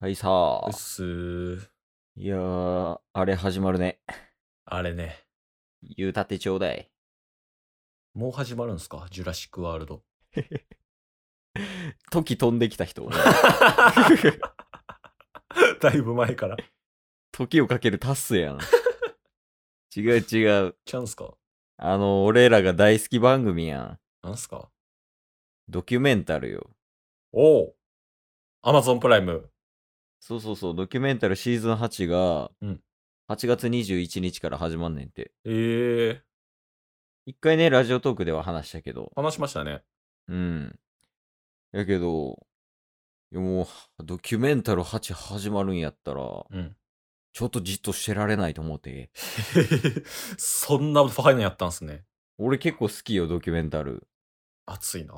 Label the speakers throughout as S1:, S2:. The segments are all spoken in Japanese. S1: はいさあ
S2: うっ。すー。
S1: いやー、あれ始まるね。
S2: あれね。
S1: 言うたってちょうだい。
S2: もう始まるんすかジュラシックワールド。
S1: 時飛んできた 人。
S2: だいぶ前から。
S1: 時をかけるタスやん。違う違う。
S2: ちゃうんすか
S1: あの、俺らが大好き番組やん。
S2: なんすか
S1: ドキュメンタルよ。
S2: おおアマゾンプライム。
S1: そうそうそう、ドキュメンタルシーズン8が、
S2: うん
S1: 8月21日から始まんねんて。
S2: ええ
S1: 一回ね、ラジオトークでは話したけど。
S2: 話しましたね。
S1: うん。やけど、いやもう、ドキュメンタル8始まるんやったら、
S2: うん。
S1: ちょっとじっとしてられないと思って。
S2: そんなファイナルやったんすね。
S1: 俺結構好きよ、ドキュメンタル。
S2: 熱いな。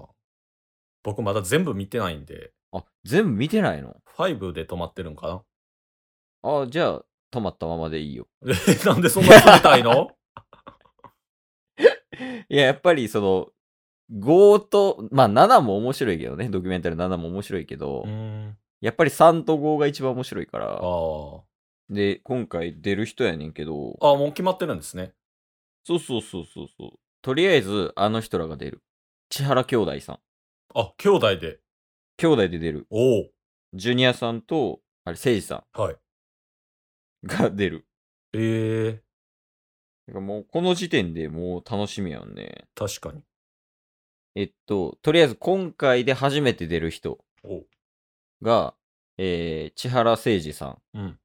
S2: 僕まだ全部見てないんで、
S1: あ、全部見てないの
S2: 5で止まってるんかな
S1: あ、じゃあ、止まったままでいいよ。
S2: えなん でそんな冷たいの
S1: いや、やっぱりその、5と、まあ7も面白いけどね、ドキュメンタル7も面白いけど、
S2: うーん。
S1: やっぱり3と5が一番面白いか
S2: ああ。あ、
S1: ら、
S2: も
S1: で、今回出る人やねんけど、
S2: う決まってるんですね。
S1: そうそうそうそうそう。とりあえず、あの人らが出る。千原兄弟さん。
S2: あ、兄弟で。
S1: 兄弟で出る。
S2: おお
S1: ジュニアさんと、あれ、誠司さ
S2: はい。
S1: んが出る。
S2: ええ
S1: だからもう、この時点でもう楽しみやんね。
S2: 確かに。
S1: えっと、とりあえず今回で初めて出る人
S2: お
S1: が、えー、千原誠二さん。
S2: うん。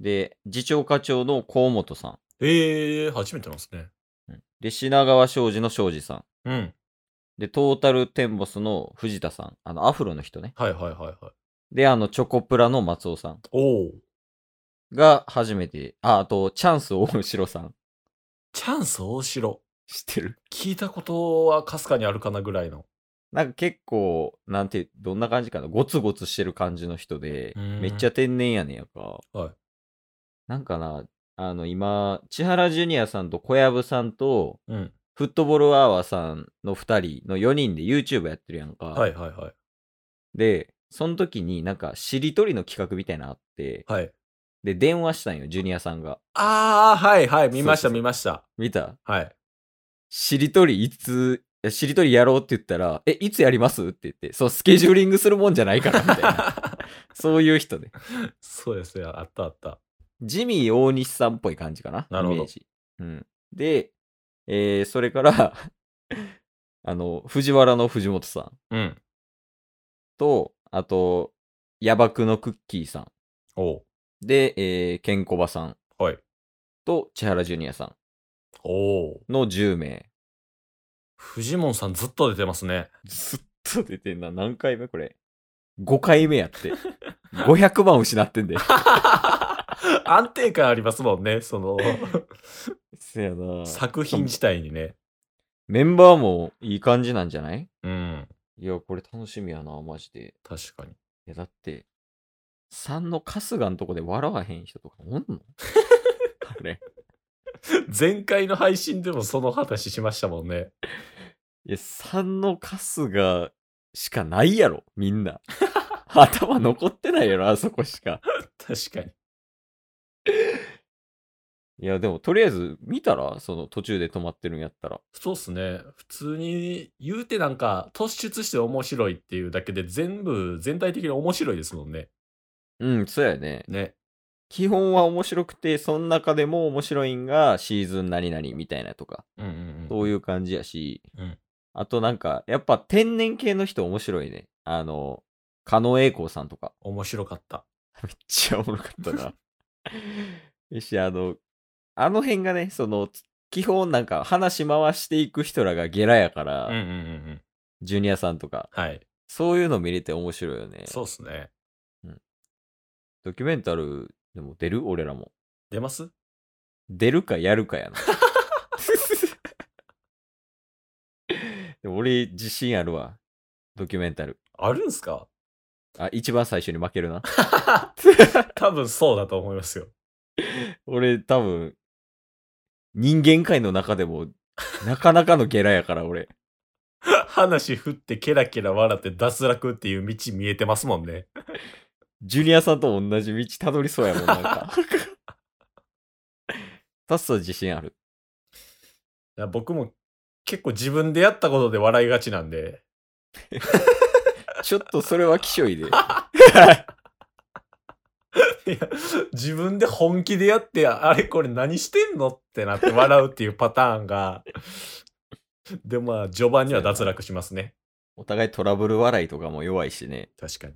S1: で、次長課長の河本さ
S2: ええ初めてなんですね。
S1: ん。うんで、品川庄司の庄司さん。
S2: うん。
S1: で、トータルテンボスの藤田さん。あの、アフロの人ね。
S2: はいはいはいはい。
S1: で、あの、チョコプラの松尾さん
S2: おお。
S1: が初めて、あ、あと、チャンス大城さん。
S2: チャンス大城。
S1: 知ってる
S2: 聞いたことはかすかにあるかなぐらいの。
S1: なんか結構、なんて、どんな感じかな、ゴツゴツしてる感じの人で、
S2: うん
S1: めっちゃ天然やねんやんか。
S2: はい
S1: なんかな、あの、今、千原ジュニアさんと小籔さんと、
S2: うん。
S1: フットボールアワーさんの2人の4人で YouTube やってるやんか。
S2: はいはいはい。
S1: で、その時になんか、しりとりの企画みたいなのあって、
S2: はい。
S1: で、電話したんよ、ジュニアさんが。
S2: ああ、はいはい。見まし
S1: そうそ
S2: た
S1: うそう
S2: 見ました。
S1: 見た
S2: はい。
S1: しりとりいつ、えしりとりやろうって言ったら、え、いつやりますって言って、そう、スケジューリングするもんじゃないから、みたい な。そういう人ね。
S2: そうですね。あったあった。
S1: ジミー大西さんっぽい感じかな。
S2: なるほど
S1: イメージ。うん、で、えーそれから、 あの、藤原の藤本さん
S2: うん。
S1: と、あと、ヤバくのクッキーさん。
S2: お
S1: で、えーケンコバさん
S2: お。はい。
S1: と千原ジュニアさ
S2: おお。
S1: んの10名。
S2: 藤本さんずっと出てますね。
S1: ずっと出てんな。何回目これ。5回目や って。500万失ってんで。
S2: 安定感ありますもんね。 その、
S1: せやな
S2: 作品自体にね。
S1: メンバーもいい感じなんじゃない
S2: うん。
S1: いや、これ楽しみやな、マジで。
S2: 確かに。
S1: いや、だって、3の春日のとこで笑わへん人とかおんのあれ。
S2: 前回の配信でもその話しましたもんね。
S1: いや、3の春日しかないやろ、みん な。頭残ってないやろ、あそこしか。
S2: 確かに。
S1: いや、でも、とりあえず見たら、その途中で止まってるんやったら。
S2: そうっすね。普通に言うてなんか突出して面白いっていうだけで全部全体的に面白いですもんね。
S1: うん、そうやね。
S2: ね。
S1: 基本は面白くて、その中でも面白いんが、シーズン何々みたいなとか、
S2: うんうんうん。
S1: そういう感じやし、
S2: うん
S1: あとなんか、やっぱ天然系の人面白いね。あの、狩野英孝さんとか。
S2: 面白かった。
S1: めっちゃおもろかったな。よし、あの、あの辺がね、その、基本なんか話回していく人らがゲラやから、
S2: うんうんうんうん。
S1: ジュニアさんとか、
S2: はい。
S1: そういうの見れて面白いよね。
S2: そうっすね。
S1: ドキュメンタルでも出る俺らも。
S2: 出ます
S1: 出るかやるかや な。でも俺自信あるわ。ドキュメンタル。
S2: あるんすか
S1: あ、一番最初に負けるな。
S2: 多分そうだと思いますよ。
S1: 俺多分、人間界の中でも、なかなかのゲラやから俺。
S2: 話振ってケラケラ笑って脱落っていう道見えてますもんね。
S1: ジュニアさんと同じ道たどりそうやもん、なんか。タスは自信ある。
S2: いや僕も結構自分でやったことで笑いがちなんで、
S1: ちょっとそれはきしょいで。
S2: いや自分で本気でやって、あれこれ何してんのってなって笑うっていうパターン が、でもまあ序盤には脱落しますね。
S1: お互いトラブル笑いとかも弱いしね。
S2: 確かに。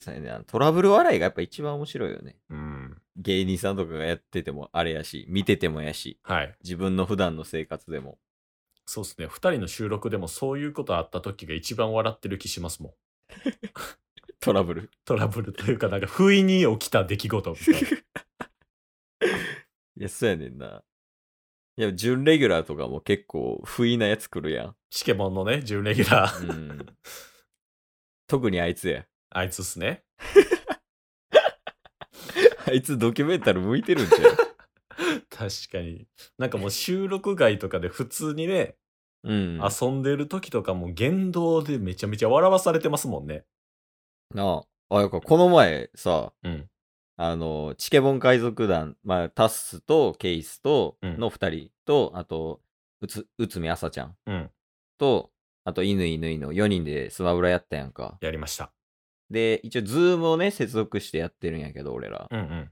S1: そうやねあのトラブル笑いがやっぱ一番面白いよね。
S2: うん。
S1: 芸人さんとかがやっててもあれやし、見ててもやし、
S2: はい。
S1: 自分の普段の生活でも。
S2: そうですね。二人の収録でもそういうことあった時が一番笑ってる気しますもん。
S1: トラブル。
S2: トラブルという か、なんか不意に起きた出来事みたい な。
S1: いや、そうやねんな。いや、準レギュラーとかも結構不意なやつ来るやん。
S2: チケモンのね、準レギュラー。
S1: うん。特にあいつや。
S2: あいつっすね。
S1: あいつドキュメンタル向いてるんじゃん。
S2: 確かに。なんかもう収録外とかで普通にね、
S1: うん。な
S2: 遊んでる時とかも言動でめちゃめちゃ笑わされてますもんね。
S1: あ。あ、やっぱこの前さ、
S2: うん。
S1: あの、チケボン海賊団、まあ、タッスとケイスと
S2: うん
S1: の2人と、あと、うつ、うつみあさちゃん
S2: うん。
S1: と、あと、犬犬犬の4人でスマブラやったやんか。
S2: やりました。
S1: で、一応、ズームをね、接続してやってるんやけど、俺ら。
S2: うんうん。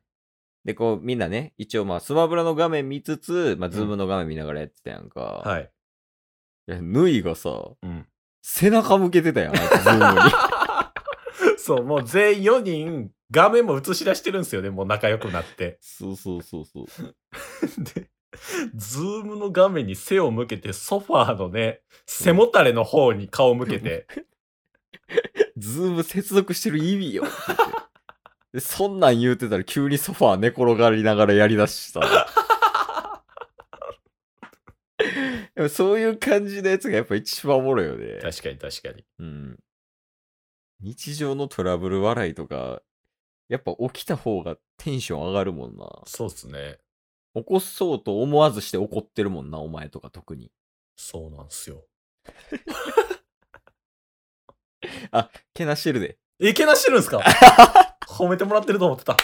S1: で、こう、みんなね、一応、まあ、スマブラの画面見つつ、まあ、ズームの画面見ながらやってたやんか。
S2: はい。
S1: いや、ぬいがさ、
S2: うん。
S1: 背中向けてたやん、あいつズームに。
S2: そう、もう全員4人、画面も映し出してるんですよね、もう仲良くなって。
S1: そうそうそうそう。
S2: で、ズームの画面に背を向けて、ソファーのね、背もたれの方に顔を向けて、
S1: ズーム接続してる意味よ。って 言ってでそんなん言うてたら急にソファー寝転がりながらやりだしさ。 でもそういう感じのやつがやっぱ一番おもろいよね。
S2: 確かに確かに。
S1: うん。日常のトラブル笑いとか、やっぱ起きた方がテンション上がるもんな。
S2: そうっすね。
S1: 起こそうと思わずして怒ってるもんな、お前とか特に。
S2: そうなんすよ。
S1: けなしてるで。
S2: いけなしてるんす か褒めてもらってると思ってた。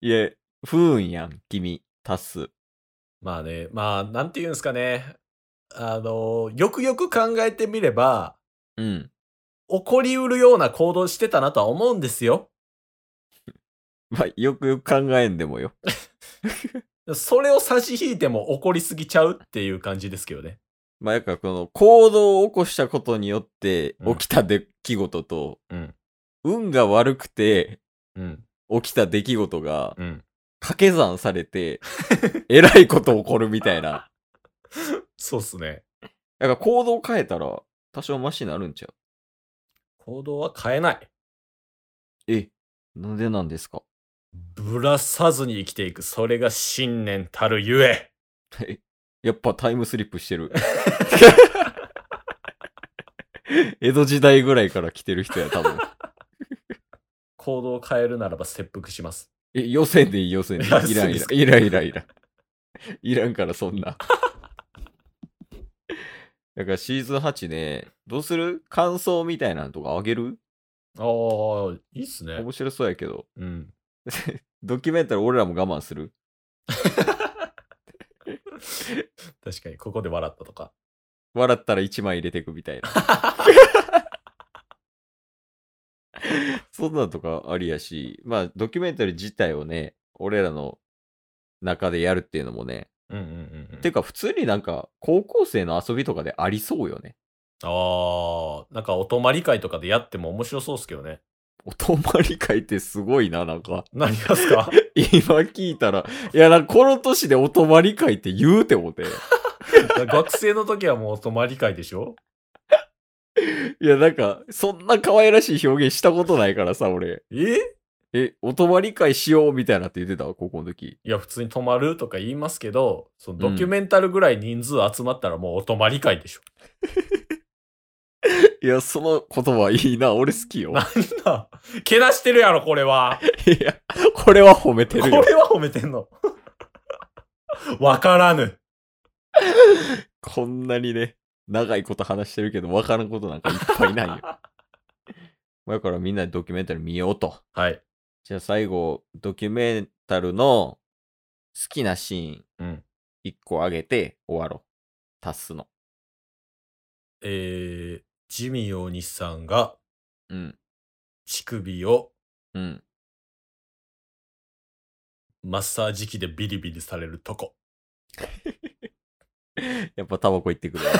S1: いえ、不運やん、君、タス。
S2: まあね、まあ、なんて言うんですかね。あの、よくよく考えてみれば、
S1: うん。
S2: 起こりうるような行動してたなとは思うんですよ。
S1: まあ、よくよく考えんでもよ。
S2: それを差し引いても怒りすぎちゃうっていう感じですけどね。
S1: まあ、やっぱこの行動を起こしたことによって
S2: うん
S1: 起きた出来事と、
S2: うん
S1: 運が悪くて
S2: うん。
S1: 起きた出来事が
S2: うん。
S1: 掛け算され て、えらいこと起こるみたいな。
S2: そうっすね。
S1: だから行動変えたら多少マシになるんちゃう
S2: 行動は変えない。
S1: え、なんでなんですか
S2: ぶらさずに生きていく。それが信念たるゆえ。
S1: やっぱタイムスリップしてる。 江戸時代ぐらいから来てる人や、多分。
S2: 行動を変えるならば切腹します。
S1: え、予選でいい予選でいい。
S2: いや
S1: いらんい
S2: そうですから
S1: ん、いらんいらんいらん。いらんからそんな。 だからシーズン8ね、どうする感想みたいなのとかあげる
S2: ああ、いいっすね
S1: 面。白そうやけど。
S2: うん。
S1: ドキュメンタル俺らも我慢する
S2: 確かに、ここで笑ったとか。
S1: 笑ったら1枚入れてくみた いな。そんなんとかありやし、まあドキュメンタリー自体をね、俺らの中でやるっていうのもね、
S2: うんうんうん、うん。
S1: ていうか普通になんか高校生の遊びとかでありそうよね。
S2: ああ、なんかお泊まり会とかでやっても面白そうっすけどね。
S1: お泊まり会ってすごいな、なんか。
S2: 何がっすか
S1: 今聞いたら、いや、なんかこの年でお泊まり会って言うて思って。
S2: 学生の時はもうお泊まり会でしょ
S1: いや、なんか、そんな可愛らしい表現したことないからさ、俺。
S2: え
S1: え、お泊まり会しようみたいなって言ってた高校の時。
S2: いや、普通に泊まるとか言いますけど、そのドキュメンタルぐらい人数集まったらもうお泊まり会でしょ。
S1: いや、その言葉いいな、俺好きよ。
S2: なんだけなしてるやろ、これは。
S1: いや、これは褒めて
S2: こ
S1: るよ。
S2: れは褒めてんの。 わからぬ。
S1: こ んなにね、長いこと話してるけど、わからんことなんかいっぱいないよ。まあだからみんなでドキュメンタリー見ようと。
S2: はい。
S1: じゃあ最後、ドキュメンタルの好きなシーン
S2: うん。
S1: 1個上げて終わろう。足すの。
S2: えー、ジミー大西さんが
S1: うん。
S2: 乳首を
S1: うん。
S2: マッサージ機でビリビリされるとこ。
S1: やっぱタバコ行ってくるわ。